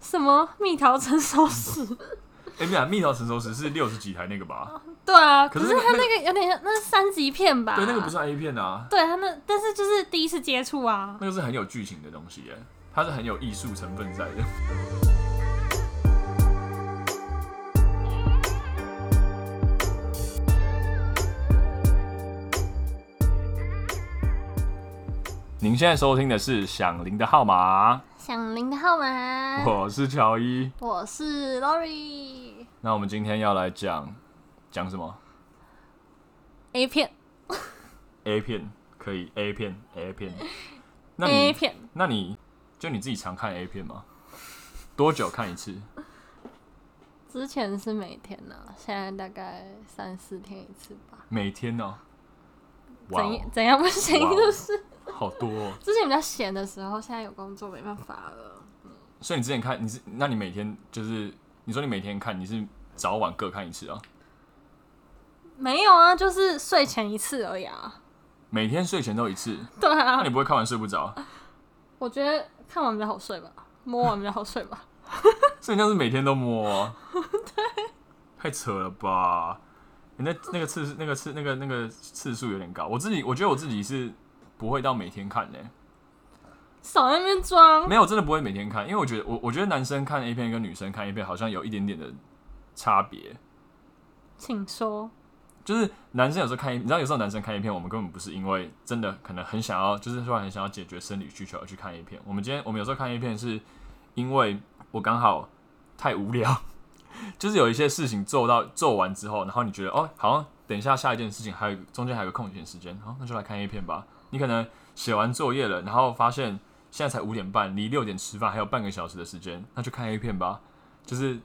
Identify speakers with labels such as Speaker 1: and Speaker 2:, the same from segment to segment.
Speaker 1: 什么蜜桃成熟时？
Speaker 2: 哎，不是啊，蜜桃成熟时是六十几台那个吧？
Speaker 1: 对啊，可
Speaker 2: 可是
Speaker 1: 是
Speaker 2: 那个
Speaker 1: 他那个有点像，那是三级片吧？
Speaker 2: 对，那个不。算 A 片啊，
Speaker 1: 对他那，但是就是第一次接触啊。
Speaker 2: 那个是很有剧情的东西耶，它是很有艺术成分在的。您现在收听的是《响铃的号码》，
Speaker 1: 响铃的号码，
Speaker 2: 我是乔伊。
Speaker 1: 我是 Lori。
Speaker 2: 那我们今天要来讲讲什么
Speaker 1: A 片
Speaker 2: ？A 片可以，A 片，A 片。那
Speaker 1: ，A
Speaker 2: 你
Speaker 1: 片，
Speaker 2: 那你就你自己常看 A 片吗？多久看一次？
Speaker 1: 之前是每天啊，现在大概三四天一次吧。
Speaker 2: 每天呢、哇哦、
Speaker 1: 怎怎样不行？
Speaker 2: 哇哦
Speaker 1: 就是
Speaker 2: 好多、哦。
Speaker 1: 之前比较闲的时候，现在有工作没办法了。
Speaker 2: 所以你之前看，你是那你每天就是你说你每天看，你是早晚各看一次啊？
Speaker 1: 没有啊，就是睡前一次而已啊。
Speaker 2: 每天睡前都一次，
Speaker 1: 对啊
Speaker 2: 那你，不会看完睡不着？
Speaker 1: 我觉得看完比较好睡吧，摸完比较好睡吧。
Speaker 2: 所以你这样是每天都 摸、哦，太扯了吧？你那那个次数那个次那个那个次数有点高，我自己我觉得我自己是不会到每天看的、欸
Speaker 1: 少在那边装
Speaker 2: 没，有，真的不会每天看，因为我觉得我我觉得男生看 A 片跟女生看 A 片好像有一点点的差别，
Speaker 1: 请说。
Speaker 2: 就是男生有时候看，你知道有时候男生看 A 片，我们根本不是因为真的可能很想要，就是突然很想要解决生理需求而去看 A 片。我们今天我们有时候看 A 片是因为我刚好太无聊， 就是有一些事情做到做完之后，然后你觉得哦，好像等一下下一件事情还有中间还有个空闲时间，哦好、那就来看 A 片吧。你可能写完作业了，然后发现现在才五点半，离六点吃饭还有半个小时的时间，那就看 A 片吧。就是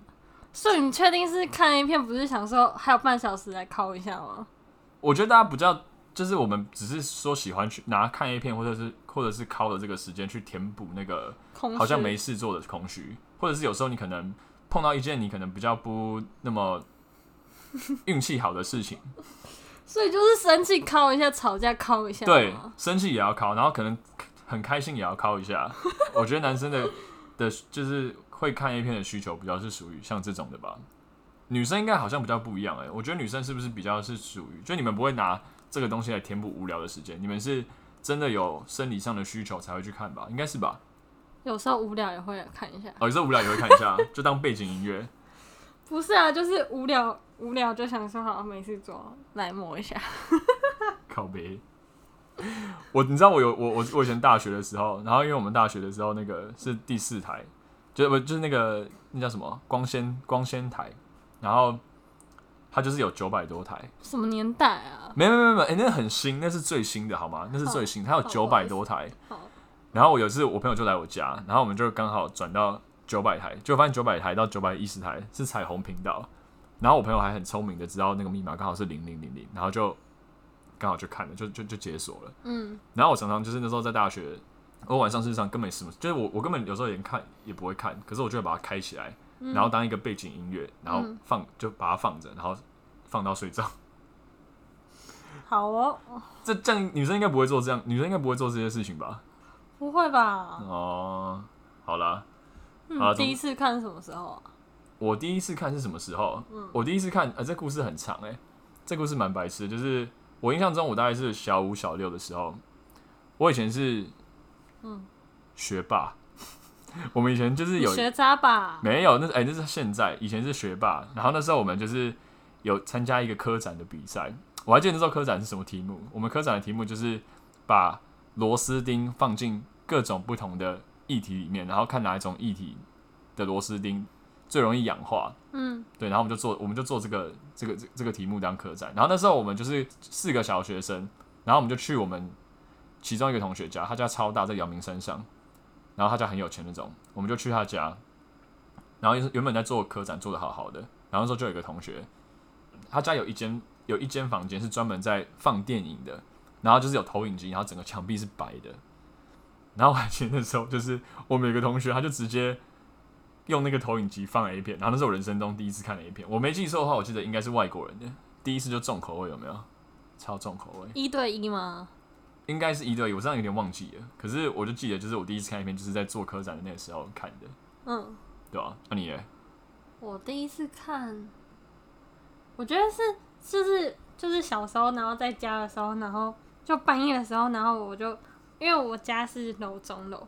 Speaker 1: 所以你确定是看 A 片，不是想说还有半小时来敲一下吗？
Speaker 2: 我觉得大家比较，就是我们只是说喜欢去拿看 A 片或者是或者是靠的这个时间去填补那个
Speaker 1: 空虚
Speaker 2: 好像没事做的空虚，或者是有时候你可能碰到一件你可能比较不那么运气好的事情，
Speaker 1: 所以就是生气敲一下，吵架敲一下。
Speaker 2: 对，生气也要靠，然后可能很开心也要靠一下。我觉得男生的的就是会看 A 片的需求比较是属于像这种的吧，女生应该好像比较不一样哎、我觉得女生是不是比较是属于，就你们不会拿这个东西来填补无聊的时间，你们是真的有生理上的需求才会去看吧，应该是吧？
Speaker 1: 有时候无聊也会看一下。
Speaker 2: 哦，有时候无聊也会看一下，就当背景音乐。
Speaker 1: 不是啊，就是无聊无聊就想说好没事做来摸一下。
Speaker 2: 靠背。我你知道我有我我我以前大学的时候，然后因为我们大学的时候那个是第四台，就不就是那个那叫什么光纤光纤台，然后它就是有九百多台，
Speaker 1: 什么年代啊？
Speaker 2: 没没没没，哎、那很新，那是最新的好吗？那是最新，它有
Speaker 1: 好
Speaker 2: 九百多台
Speaker 1: 好。
Speaker 2: 然后我有一次我朋友就来我家，然后我们就刚好转到九百台，就发现九百台到九百一十台是彩虹频道。然后我朋友还很聪明的知道那个密码刚好是零零零零，然后就刚好就看了，就就就解锁了。
Speaker 1: 嗯，
Speaker 2: 然后我常常就是那时候在大学，我晚上事实上根本什么，就是我我根本有时候连看也不会看，可是我就会把它开起来，然后当一个背景音乐，然后放、就把它放着，然后放到睡着。
Speaker 1: 好哦，
Speaker 2: 这这样女生应该不会做这样，女生应该不会做这些事情吧？
Speaker 1: 不会吧？
Speaker 2: 哦、好啦，好
Speaker 1: 嗯，
Speaker 2: 了
Speaker 1: 第一次看什么时候啊？
Speaker 2: 我第一次看是什么时候？我第一次看，呃，这故事很长哎、这故事蛮白痴的，就是我印象中我大概是小五小六的时候，我以前是嗯学霸， 我们以前就是有
Speaker 1: 学渣吧？
Speaker 2: 没有，那是哎、那是现在，以前是学霸。然后那时候我们就是有参加一个科展的比赛，我还记得那时候科展是什么题目。我们科展的题目就是把螺丝钉放进各种不同的议题里面，然后看哪一种议题的螺丝钉最容易氧化。
Speaker 1: 嗯，
Speaker 2: 对，然后我们就做，我们就做这个这个这这个题目当科展。然后那时候我们就是四个小学生，然后我们就去我们其中一个同学家，他家超大，在阳明山上，然后他家很有钱那种，我们就去他家。然后原本在做科展，做的好好的，然后那时候就有一个同学，他家有一间有一间房间是专门在放电影的，然后就是有投影机，然后整个墙壁是白的。然后我还记得那时候就是我们有一个同学，他就直接用那个投影机放 A 片，然后那是我人生中第一次看 A 片。我没记错的话，我记得应该是外国人的，第一次就重口味，有没有？超重口味，
Speaker 1: 一对一吗？
Speaker 2: 应该是一对一，我这样有点忘记了。可是我就记得，就是我第一次看 A 片，就是在做科展的那个时候看的。
Speaker 1: 嗯，
Speaker 2: 对吧、那、你嘞？
Speaker 1: 我第一次看，我觉得是就是就是小时候，然后在家的时候，然后就半夜的时候，然后我就因为我家是楼中楼，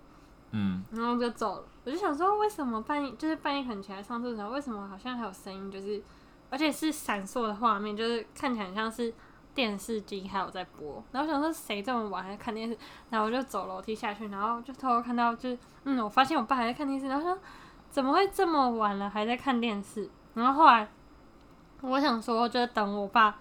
Speaker 2: 嗯，
Speaker 1: 然后我就走了，我就想说为什么半夜就是半夜可能起来上厕所，为什么好像还有声音，就是而且是闪烁的画面，就是看起来很像是。电视机还有在播，然后我想说谁这么晚还在看电视，然后我就走楼梯下去，然后就偷偷看到，就是嗯，我发现我爸还在看电视，然后说怎么会这么晚了还在看电视？然后后来我想说，就是等我爸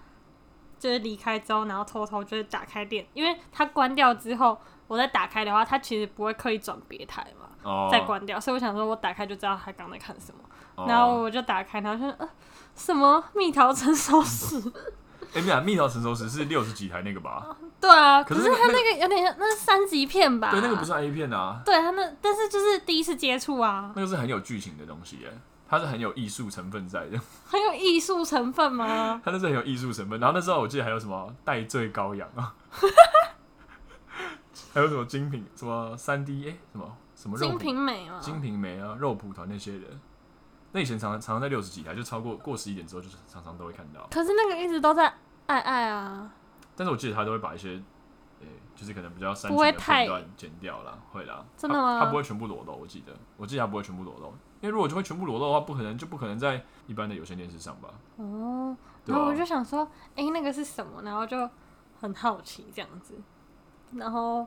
Speaker 1: 就是离开之后，然后偷偷就是打开电，因为他关掉之后，我再打开的话，他其实不会刻意转别台嘛，
Speaker 2: 哦，
Speaker 1: 再关掉，所以我想说我打开就知道他刚在看什么，
Speaker 2: 哦
Speaker 1: 然后我就打开，然后就呃什么蜜桃成熟 时，
Speaker 2: 哎，没有，蜜桃成熟时是六十几台那个吧？
Speaker 1: 对啊，
Speaker 2: 可
Speaker 1: 可
Speaker 2: 是
Speaker 1: 是
Speaker 2: 那个
Speaker 1: 他那个有点像那是三级片吧？
Speaker 2: 对，那个不算 A 片啊，
Speaker 1: 对他那，但是就是第一次接触啊，
Speaker 2: 那个是很有剧情的东西耶，它是很有艺术成分在的，
Speaker 1: 很有艺术成分吗？
Speaker 2: 它那是很有艺术成分。然后那时候我记得还有什么戴罪羔羊啊，还有什么精品，什么三 D 哎，什么什么肉
Speaker 1: 金
Speaker 2: 蒲
Speaker 1: 瓶梅嘛，
Speaker 2: 金瓶梅啊、肉蒲团那些的。那以前常常常常在六十几台，就超过过十一点之后，就是常常都会看到。
Speaker 1: 可是那个一直都在爱爱啊，
Speaker 2: 但是我记得他都会把一些，呃、就是可能比较煽
Speaker 1: 不会
Speaker 2: 情的
Speaker 1: 太
Speaker 2: 片段剪掉啦，会啦。
Speaker 1: 真的吗
Speaker 2: 他？他不会全部裸露，我记得，我记得他不会全部裸露，因为如果就会全部裸露的话，不可能就不可能在一般的有线电视上吧，
Speaker 1: 哦，
Speaker 2: 对
Speaker 1: 然
Speaker 2: 啊吧、
Speaker 1: 后我就想说，哎、那个是什么？然后就很好奇这样子，然后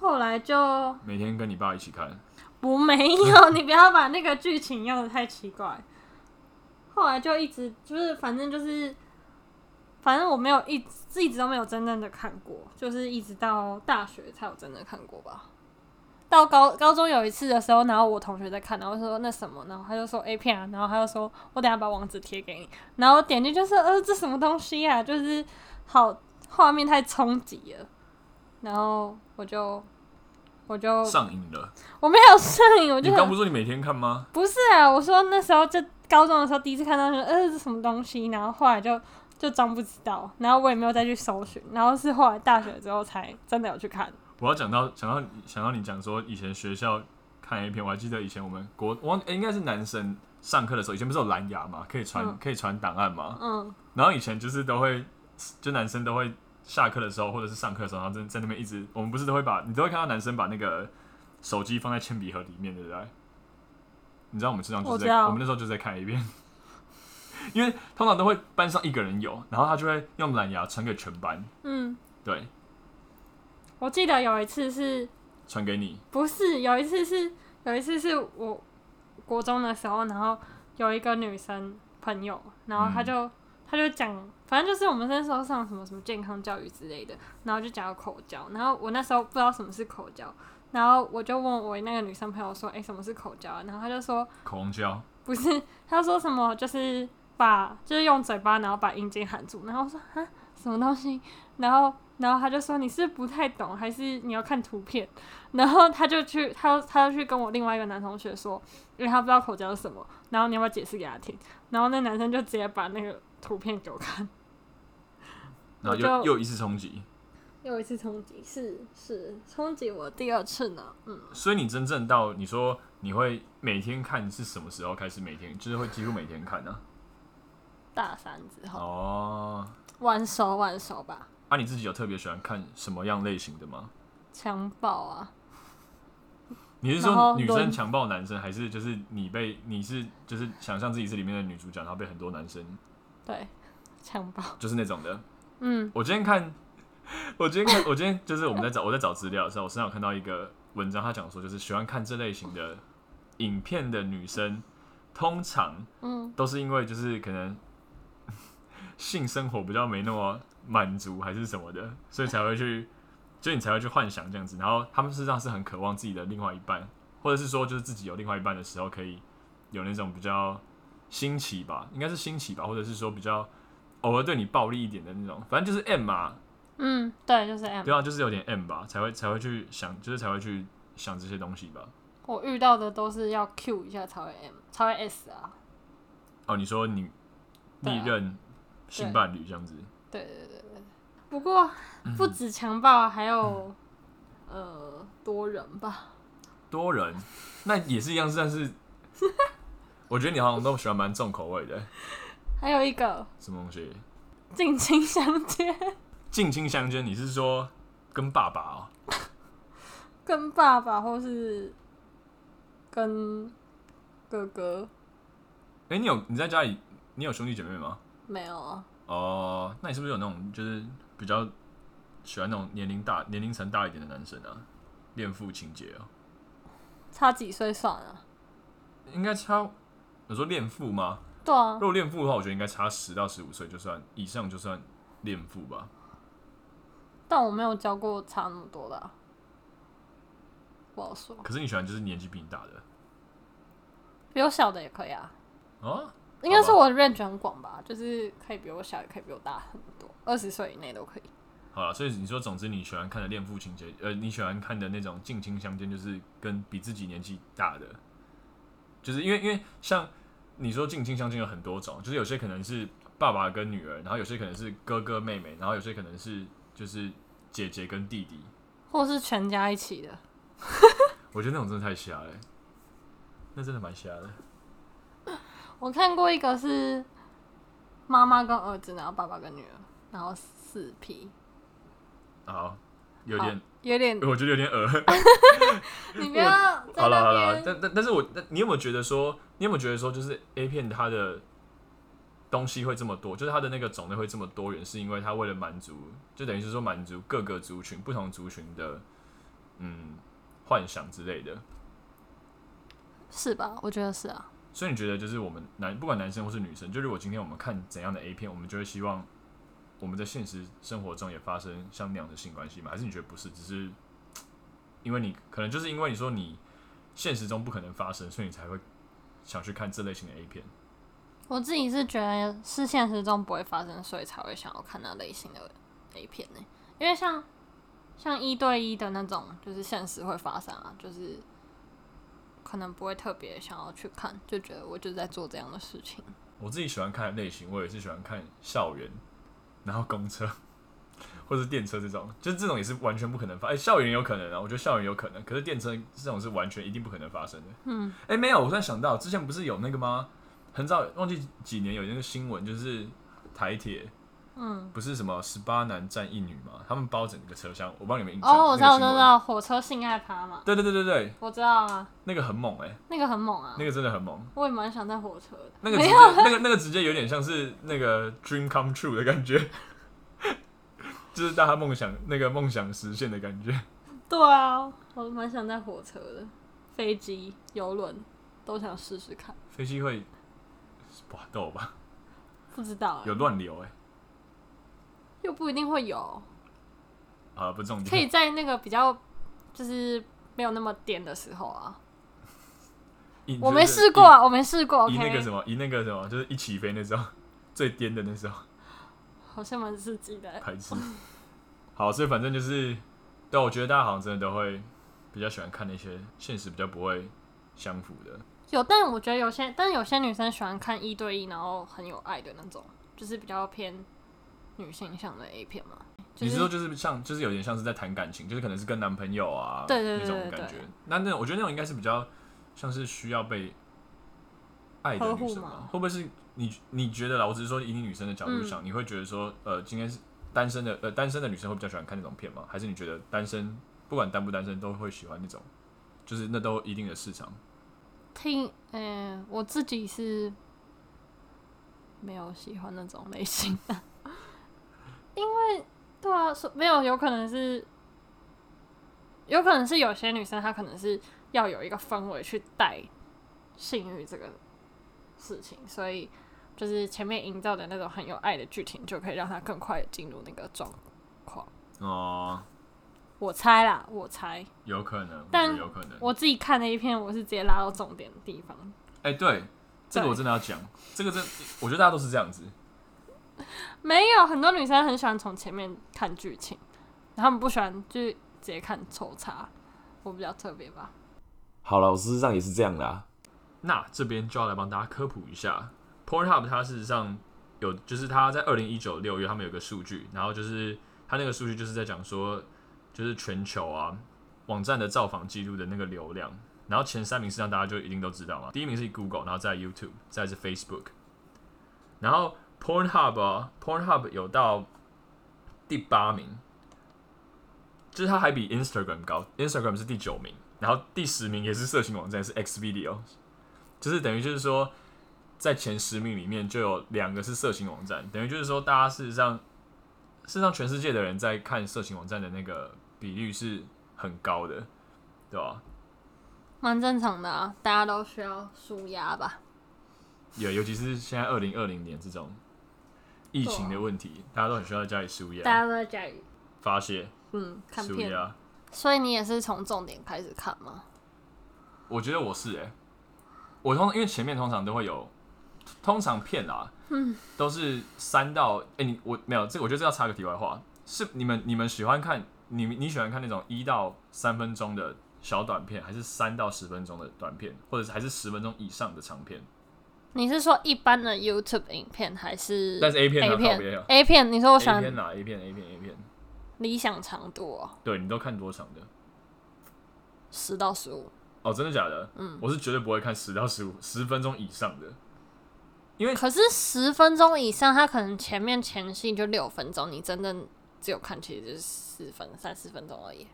Speaker 1: 后来就
Speaker 2: 每天跟你爸一起看，
Speaker 1: 我没有，你不要把那个剧情用的太奇怪。后来就一直就是，反正就是，反正我没有一直一直都没有真正的看过，就是一直到大学才有真的看过吧。到高高中有一次的时候，然后我同学在看，然后说那什么，然后他就说 A 片啊，然后他就说我等下把网址贴给你，然后我点进去就是呃这什么东西啊，就是好画面太冲击了，然后我就我就
Speaker 2: 上瘾了。
Speaker 1: 我没有上瘾，我
Speaker 2: 你
Speaker 1: 就
Speaker 2: 刚
Speaker 1: 很
Speaker 2: 不是说你每天看吗？
Speaker 1: 不是啊，我说那时候就高中的时候第一次看到，就呃这什么东西，然后后来就就装不知道，然后我也没有再去搜寻，然后是后来大学之后才真的有去看。
Speaker 2: 我要讲到想到想到你讲说以前学校看 A 片，我还记得以前我们国我忘、欸、应该是男生上课的时候，以前不是有蓝牙嘛，可以传、
Speaker 1: 嗯
Speaker 2: 可以传档案嘛，
Speaker 1: 嗯，
Speaker 2: 然后以前就是都会，就男生都会下课的时候或者是上课的时候，然后在在那边一直，我们不是都会把你都会看到男生把那个手机放在铅笔盒里面，对不对？你知道我们经常就
Speaker 1: 哦我
Speaker 2: 是
Speaker 1: 知
Speaker 2: 在
Speaker 1: 道
Speaker 2: 我们那时候就在看一遍，因为通常都会班上一个人有，然后他就会用蓝牙传给全班，
Speaker 1: 嗯，
Speaker 2: 对，
Speaker 1: 我记得有一次是
Speaker 2: 传给你，
Speaker 1: 不是有一次是有一次是我国中的时候，然后有一个女生朋友，然后她就、她就讲，反正就是我们那时候上什么什么健康教育之类的，然后就讲到口交，然后我那时候不知道什么是口交，然后我就问我那个女生朋友说，哎、什么是口交啊？然后她就说
Speaker 2: 口红胶，
Speaker 1: 不是，她说什么就是把就是用嘴巴，然后把阴茎含住，然后我说啊什么东西，然后然后他就说你是不太懂，还是你要看图片？然后他就去他他就去跟我另外一个男同学说，因为他不知道口交是什么，然后你要不要解释给他听？然后那男生就直接把那个图片给我看，
Speaker 2: 然后
Speaker 1: 我
Speaker 2: 又
Speaker 1: 就
Speaker 2: 又一次冲击，
Speaker 1: 又一次冲击，是是冲击我第二次呢，嗯，
Speaker 2: 所以你真正到你说你会每天看是什么时候开始每天，就是会几乎每天看呢、
Speaker 1: 大三之后，
Speaker 2: 哦，
Speaker 1: 晚熟晚熟吧，
Speaker 2: 啊，你自己有特别喜欢看什么样类型的吗？
Speaker 1: 强暴啊，
Speaker 2: 你是
Speaker 1: 然后
Speaker 2: 说女生
Speaker 1: 轮
Speaker 2: 强暴男生，还是就是你被你是就是想象自己是里面的女主角，然后被很多男生
Speaker 1: 对，强暴，
Speaker 2: 就是那种的？
Speaker 1: 嗯，
Speaker 2: 我今天看，我今天看，我今天就是我们在找我在找资料的时候，我身上有看到一个文章，他讲说就是喜欢看这类型的影片的女生，通常
Speaker 1: 嗯
Speaker 2: 都是因为就是可能 性生活比较没那么满足还是什么的，所以才会去，就你才会去幻想这样子。然后他们事实上是很渴望自己的另外一半，或者是说就是自己有另外一半的时候，可以有那种比较新奇吧，应该是新奇吧，或者是说比较偶尔对你暴力一点的那种，反正就是 M 嘛，
Speaker 1: 嗯，对，就是 M。
Speaker 2: 对啊，就是有点 M 吧，才会才会去想，就是才会去想这些东西吧。
Speaker 1: 我遇到的都是要 Q 一下才会 M 才会 S 啊，
Speaker 2: 哦，你说你
Speaker 1: 对
Speaker 2: 历
Speaker 1: 啊
Speaker 2: 任性
Speaker 1: 对
Speaker 2: 伴侣这样子，
Speaker 1: 对对对对。不过不止强暴，还有、呃多人吧，
Speaker 2: 多人，那也是一样，算是我觉得你好像都喜欢蛮重口味的，
Speaker 1: 还有一个
Speaker 2: 什么东西？
Speaker 1: 近亲相接，
Speaker 2: 近亲相间，你是说跟爸爸哦？
Speaker 1: 跟爸爸或是跟哥哥
Speaker 2: 哎、你有你在家里，你有兄弟姐妹吗？
Speaker 1: 没有啊？
Speaker 2: 哦、那你是不是有那种就是比较喜欢那种年龄大、年龄层大一点的男生啊？恋父情节哦，
Speaker 1: 差几岁算啊？
Speaker 2: 应该差。我说恋父吗？
Speaker 1: 对啊
Speaker 2: 如，果恋父的话，我觉得应该差十到十五岁就算以上就算恋父吧。
Speaker 1: 但我没有教过差那么多的、啊，不好说。
Speaker 2: 可是你喜欢就是年纪比你大的
Speaker 1: 比我小的也可以啊，
Speaker 2: 哦，
Speaker 1: 应该说我的 range 很广吧，就是可以比我小，也可以比我大很多，二十岁以内都可以。
Speaker 2: 好了，所以你说，总之你喜欢看的恋父情节，呃，你喜欢看的那种近亲相间，就是跟比自己年纪大的，就是因为因为像你说近亲相间有很多种，就是有些可能是爸爸跟女儿，然后有些可能是哥哥妹妹，然后有些可能是就是姐姐跟弟弟。
Speaker 1: 或是全家一起的，
Speaker 2: 我觉得那种真的太瞎了、欸那真的蛮瞎的。
Speaker 1: 我看过一个是妈妈跟儿子，然后爸爸跟女儿，然后四批，
Speaker 2: 好，有点，
Speaker 1: 有点
Speaker 2: 我觉得有点恶。
Speaker 1: 你不要在
Speaker 2: 好了好
Speaker 1: 那
Speaker 2: 了，
Speaker 1: 边
Speaker 2: 但但但是我，但你有没有觉得说，你有没有觉得说，就是 A 片它的东西会这么多，就是它的那个种类会这么多元，是因为它为了满足，就等于是说满足各个族群、不同族群的嗯幻想之类的。
Speaker 1: 是吧？我觉得是啊，
Speaker 2: 所以你觉得，就是我们男不管男生或是女生，就如果今天我们看怎样的 A 片，我们就会希望我们在现实生活中也发生像那样的性关系吗？还是你觉得不是，只是因为你可能就是因为你说你现实中不可能发生，所以你才会想去看这类型的 A 片？
Speaker 1: 我自己是觉得是现实中不会发生，所以才会想要看那类型的 A 片呢、因为像像一对一的那种，就是现实会发生啊，就是可能不会特别想要去看，就觉得我就在做这样的事情。
Speaker 2: 我自己喜欢看的类型，我也是喜欢看校园，然后公车或是电车这种，就是这种也是完全不可能发。哎、校园有可能啊，我觉得校园有可能，可是电车这种是完全一定不可能发生的。
Speaker 1: 嗯，
Speaker 2: 哎、没有，我突然想到，之前不是有那个吗？很早忘记几年有那个新闻，就是台铁，
Speaker 1: 嗯，
Speaker 2: 不是什么十八男占一女嘛，他们包整个车厢，我帮你们印象。
Speaker 1: 哦，我知道，我
Speaker 2: 那
Speaker 1: 知道，我知
Speaker 2: 个新闻。
Speaker 1: 道，火车性爱趴嘛，
Speaker 2: 对对对对对，
Speaker 1: 我知道啊，
Speaker 2: 那个很猛哎、
Speaker 1: 那个很猛啊，
Speaker 2: 那个真的很猛，
Speaker 1: 我也蛮想在火车的，
Speaker 2: 那个直
Speaker 1: 没
Speaker 2: 接
Speaker 1: 有，啊
Speaker 2: 那个那个直接有点像是那个 dream come true 的感觉，就是大家梦想那个梦想实现的感觉。
Speaker 1: 对啊，我蛮想在火车的、飞机、游轮都想试试看，
Speaker 2: 飞机会哇逗吧，
Speaker 1: 不知道、欸，
Speaker 2: 有乱流哎、
Speaker 1: 又不一定会有。
Speaker 2: 好了不重
Speaker 1: 可
Speaker 2: 点。
Speaker 1: 以在那个比较就是没有那么点的时候啊，
Speaker 2: 以
Speaker 1: 我没试过，啊，我没试过
Speaker 2: 以那个
Speaker 1: ，OK，
Speaker 2: 什么，以那个什么，就是一起飞那时候最颠的那时候
Speaker 1: 好像蛮刺激的。
Speaker 2: 排斥。好，所以反正就是，对，我觉得大家好像真的都会比较喜欢看那些现实比较不会相符的。
Speaker 1: 有，但我觉得有些，但有些女生喜欢看一对一，然后很有爱的那种，就是比较偏女性向的 A 片嘛。就
Speaker 2: 你是说
Speaker 1: 是
Speaker 2: 就是像就是有点像是在谈感情，就是可能是跟男朋友啊
Speaker 1: 对对对
Speaker 2: 那种
Speaker 1: 对
Speaker 2: 感觉
Speaker 1: 对。
Speaker 2: 那那种我觉得那种应该是比较像是需要被爱的
Speaker 1: 呵
Speaker 2: 女
Speaker 1: 护
Speaker 2: 生嘛
Speaker 1: 吗，
Speaker 2: 会不会是你你觉得啦？我只是说以你女生的角度
Speaker 1: 嗯
Speaker 2: 想，你会觉得说呃，今天是单身的呃单身的女生会比较喜欢看那种片吗？还是你觉得单身不管单不单身都会喜欢那种，就是那都有一定的市场？
Speaker 1: 听，嗯、我自己是没有喜欢那种类型的，因为对啊，说没有，有可能是，有可能是有些女生她可能是要有一个氛围去带性欲这个事情，所以就是前面营造的那种很有爱的剧情，就可以让她更快地进入那个状况。
Speaker 2: 哦、
Speaker 1: 我猜啦，我猜，
Speaker 2: 有可能，我觉
Speaker 1: 但
Speaker 2: 得有可能。
Speaker 1: 我自己看的一篇，我是直接拉到重点的地方，
Speaker 2: 哎、对，这个我真的要讲，这个真，我觉得大家都是这样子。
Speaker 1: 没有，很多女生很喜欢从前面看剧情，她们不喜欢就是直接看抽查。我比较特别吧，
Speaker 3: 好了，我事实上也是这样的、啊。
Speaker 2: 那这边就要来帮大家科普一下，Pornhub 它事实上有，就是它在二零一九六月他们有个数据，然后就是它那个数据就是在讲说，就是全球啊网站的造访记录的那个流量，然后前三名实际上大家就一定都知道嘛，第一名是 Google，然后再来 YouTube，再来是 Facebook，然后 Pornhub 啊，Pornhub 有到第八名，就是它还比 Instagram 高，Instagram 是第九名，然后第十名也是色情网站是 Xvideo，就是等于就是说在前十名里面就有两个是色情网站，等于就是说大家事实上事实上全世界的人在看色情网站的那个比率是很高的，对吧、
Speaker 1: 蛮正常的啊，大家都需要舒压吧。
Speaker 2: 有，尤其是现在二零二零年这种疫情的问题，大家都很需要在家里舒
Speaker 1: 大
Speaker 2: 压、
Speaker 1: 家都在家里，
Speaker 2: 发泄、
Speaker 1: 嗯，看
Speaker 2: 舒
Speaker 1: 片，
Speaker 2: 压。
Speaker 1: 所以你也是从重点开始看吗？
Speaker 2: 我觉得我是哎、我通因为前面通常都会有，通常片啦，嗯，都是三到哎、你我没有这个，我觉得这要插个题外话，是你们你们喜欢看你们你喜欢看那种一到三分钟的小短片，还是三到十分钟的短片，或者是还是十分钟以上的长片？
Speaker 1: 你是说一般的 YouTube 影片还是？
Speaker 2: 但是 A 片啊
Speaker 1: A
Speaker 2: 靠别啊
Speaker 1: 片，A 片，你说我
Speaker 2: A
Speaker 1: 想
Speaker 2: 片啊啦，A 片 A 片 A 片，
Speaker 1: 理想长度哦
Speaker 2: 对你都看多长的？
Speaker 1: 十、10到十五，
Speaker 2: 哦，真的假的？嗯，我是绝对不会看十到十五十分钟以上的。
Speaker 1: 可是十分钟以上，它可能前面前戏就六分钟，你真正只有看其实就是四分三四分钟而已。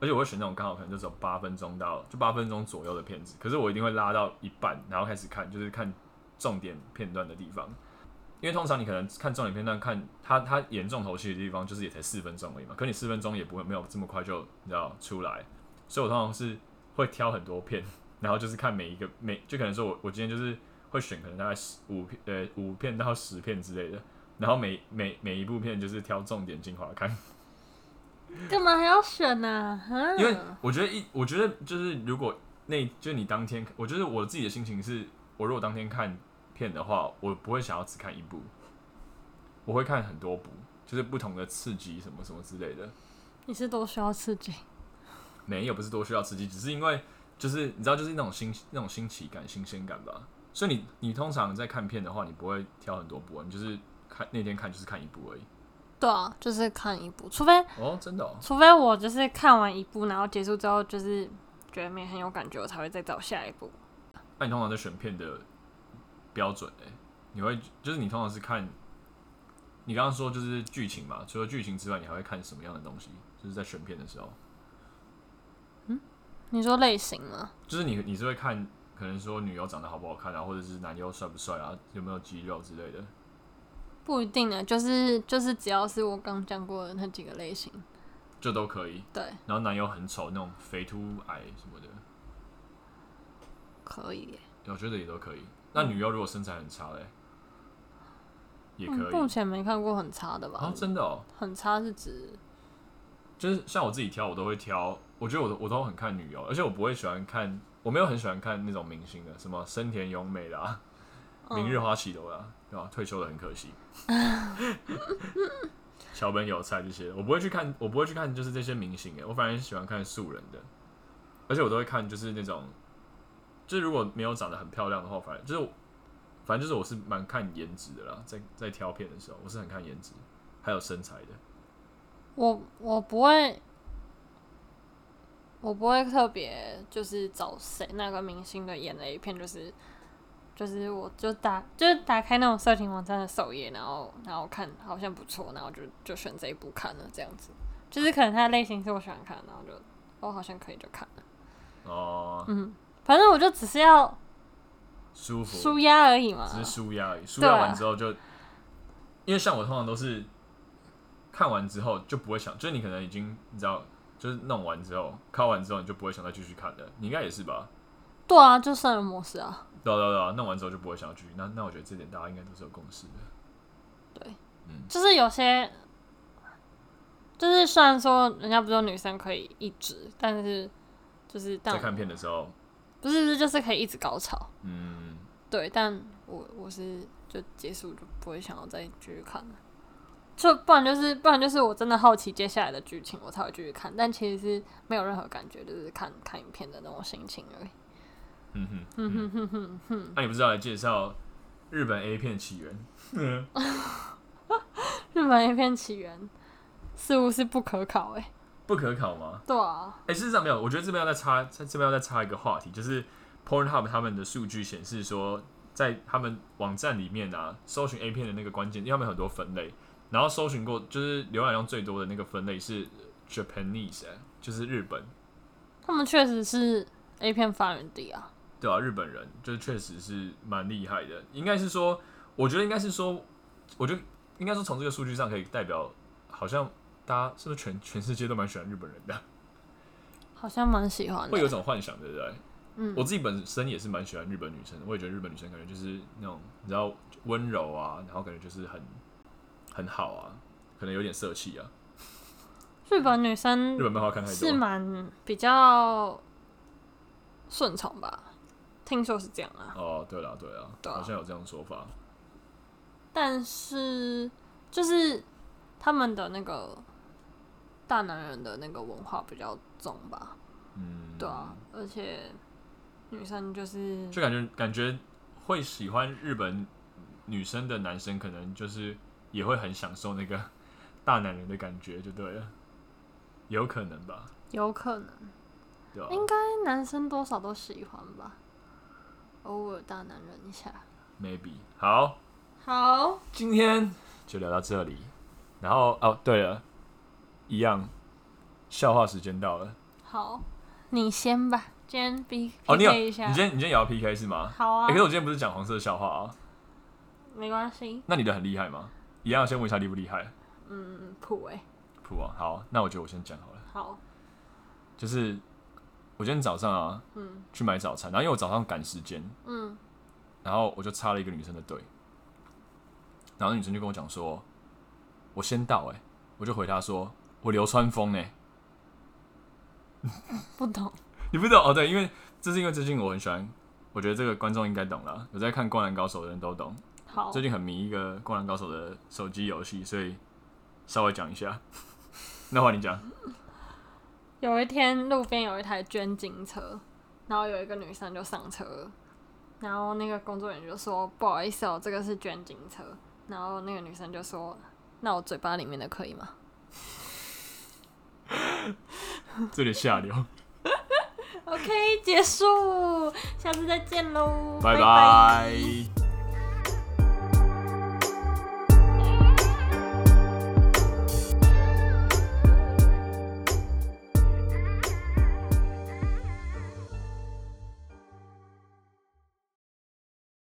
Speaker 2: 而且我会选那种刚好可能就只有八分钟到就八分钟左右的片子，可是我一定会拉到一半，然后开始看，就是看重点片段的地方。因为通常你可能看重点片段，看他他演重头戏的地方，就是也才四分钟而已嘛。可你四分钟也不会没有这么快就你知道出来，所以我通常是会挑很多片，然后就是看每一个每就可能说我我今天就是会选可能大概十五片呃五片到十片之类的，然后每每每一部片就是挑重点精华看。
Speaker 1: 干嘛还要选呢、啊？
Speaker 2: 因为我觉得一，我觉得就是如果那就是你当天，我觉得我自己的心情是，我如果当天看片的话，我不会想要只看一部，我会看很多部，就是不同的刺激什么什么之类的。
Speaker 1: 你是多需要刺激？
Speaker 2: 没有，不是多需要刺激，只是因为就是你知道，就是那种新那种新奇感、新鲜感吧。所以你你通常在看片的话，你不会挑很多部啊，你就是看那天看就是看一部而已。
Speaker 1: 对啊，就是看一部，除非
Speaker 2: 哦，真的、哦，
Speaker 1: 除非我就是看完一部，然后结束之后就是觉得没很有感觉，我才会再找下一部。
Speaker 2: 那你通常在选片的标准、欸，你会就是你通常是看，你刚刚说就是剧情嘛，除了剧情之外，你还会看什么样的东西？就是在选片的时候，
Speaker 1: 你说类型吗？
Speaker 2: 就是你你是会看，可能说女优长得好不好看啊，或者是男优帅不帅啊，有没有肌肉之类的。
Speaker 1: 不一定呢，就是就是只要是我刚讲过的那几个类型，
Speaker 2: 就都可以，
Speaker 1: 对，
Speaker 2: 然后男优很丑，那种肥秃矮什么的，
Speaker 1: 可以耶。
Speaker 2: 我觉得也都可以。那女优如果身材很差嘞、也可
Speaker 1: 嗯目
Speaker 2: 以
Speaker 1: 前没看过很差的吧？
Speaker 2: 啊，真的哦、
Speaker 1: 很差是指
Speaker 2: 就是像我自己挑，我都会挑，我觉得我都我都很看女优，而且我不会喜欢看，我没有很喜欢看那种明星的，什么深田咏美啦、 明日花绮罗啦，对吧、退休的很可惜，桥本有菜这些，我不会去看，我不会去看，就是这些明星欸诶，我反而喜欢看素人的，而且我都会看，就是那种，就是如果没有长得很漂亮的话，反正就是我，反正就是我是蛮看颜值的啦，在在挑片的时候，我是很看颜值，还有身材的。
Speaker 1: 我我不会，我不会特别就是找谁那个明星的演的一片，就是就是我就打就是打开那种色情网站的首页，然后然后看好像不错，然后就就选这一部看了这样子。就是可能它的类型是我喜欢看，然后就哦好像可以就看了。
Speaker 2: 哦、
Speaker 1: 反正我就只是要
Speaker 2: 舒服，
Speaker 1: 舒压而已嘛。
Speaker 2: 只是舒压而已。舒
Speaker 1: 对
Speaker 2: 压
Speaker 1: 啊
Speaker 2: 完之后就，因为像我通常都是看完之后就不会想，就是你可能已经你知道，就是弄完之后，看完之后你就不会想再继续看了。你应该也是吧？
Speaker 1: 对啊，就圣人模式啊。
Speaker 2: 对啊对啊对啊，弄完之后就不会想要继续。那那我觉得这点大家应该都是有共识的。
Speaker 1: 就是有些，就是虽然说人家不是说女生可以一直，但是就是但
Speaker 2: 在看片的时候，
Speaker 1: 不是不是就是可以一直高潮，
Speaker 2: 嗯，
Speaker 1: 对，但我我是就结束就不会想要再继续看了，就不然就是不然就是我真的好奇接下来的剧情，我才会继续看，但其实是没有任何感觉，就是看看影片的那种心情而已。
Speaker 2: 嗯哼，嗯哼哼哼哼。那你不是要来介绍日本 A 片起源？
Speaker 1: 日本 A 片起源似乎是不可考诶、欸
Speaker 2: 不可考吗？
Speaker 1: 对啊，
Speaker 2: 哎、事实上没有，我觉得这边要再插，这这边要再插一个话题，就是 Pornhub 他们的数据显示说，在他们网站里面啊，搜寻 A 片的那个关键，因为他们有很多分类，然后搜寻过就是浏览量最多的那个分类是 Japanese，、哎，就是日本，
Speaker 1: 他们确实是 A 片发源地啊。
Speaker 2: 对啊，日本人就是确实是蛮厉害的，应该是说，我觉得应该是说，我觉得应该说从这个数据上可以代表，好像大家是不是全全世界都蛮喜欢日本人的，
Speaker 1: 好像蛮喜欢
Speaker 2: 会有
Speaker 1: 的，
Speaker 2: 一种幻想，对不对？
Speaker 1: 啊嗯
Speaker 2: 我自己本身也是蛮喜欢日本女生的，我也觉得日本女生感觉就是那种你知道温柔啊，然后感觉就是很很好啊，可能有点色气啊。
Speaker 1: 日本女生
Speaker 2: 日本漫画看太
Speaker 1: 嗯
Speaker 2: 多
Speaker 1: 是
Speaker 2: 了，
Speaker 1: 蛮比较顺从吧，听说是这样啊。
Speaker 2: 哦，对了对了，
Speaker 1: 对啊
Speaker 2: 好像有这样的说法。
Speaker 1: 但是就是他们的那个大男人的那个文化比较重吧，
Speaker 2: 嗯，
Speaker 1: 对啊，而且女生就是
Speaker 2: 就感觉感觉会喜欢日本女生的男生，可能就是也会很享受那个大男人的感觉，就对了，有可能吧，
Speaker 1: 有可能
Speaker 2: 对吧、
Speaker 1: 应该男生多少都喜欢吧，偶尔大男人一下。
Speaker 2: m a y b e 好，
Speaker 1: 好，
Speaker 2: 今天就聊到这里。然后哦，对了，一样，笑话时间到了。
Speaker 1: 好，你先吧，今天 B
Speaker 2: 哦，你有，
Speaker 1: PK
Speaker 2: 你
Speaker 1: 一
Speaker 2: 今
Speaker 1: 下，
Speaker 2: 天你今天也要 PK 是吗？
Speaker 1: 好啊
Speaker 2: 诶可是我今天不是讲黄色的笑话啊，
Speaker 1: 没关系，
Speaker 2: 那你的很厉害吗？一样，先问一下厉不厉害？
Speaker 1: 嗯，普哎、
Speaker 2: 普啊，好，那我觉得我先讲好了。
Speaker 1: 好，
Speaker 2: 就是我今天早上啊，
Speaker 1: 嗯
Speaker 2: 去买早餐，然后因为我早上赶时间，
Speaker 1: 嗯，
Speaker 2: 然后我就插了一个女生的队，然后那女生就跟我讲说，我先到哎、我就回她说我流川枫呢、
Speaker 1: 不懂，
Speaker 2: 你不懂哦，对，因为这是因为最近我很喜欢，我觉得这个观众应该懂了，有在看《灌篮高手》的人都懂，
Speaker 1: 好
Speaker 2: 最，近很迷一个《灌篮高手》的手机游戏，所以稍微讲一下。 那换你讲，
Speaker 1: 有一天路边有一台捐精车，然后有一个女生就上车了，然后那个工作人员就说：“不好意思哦，这个是捐精车。”然后那个女生就说：“那我嘴巴里面的可以吗
Speaker 2: 这里下流，
Speaker 1: ？”OK，结束，下次再见喽，
Speaker 2: 拜
Speaker 1: 拜
Speaker 2: 拜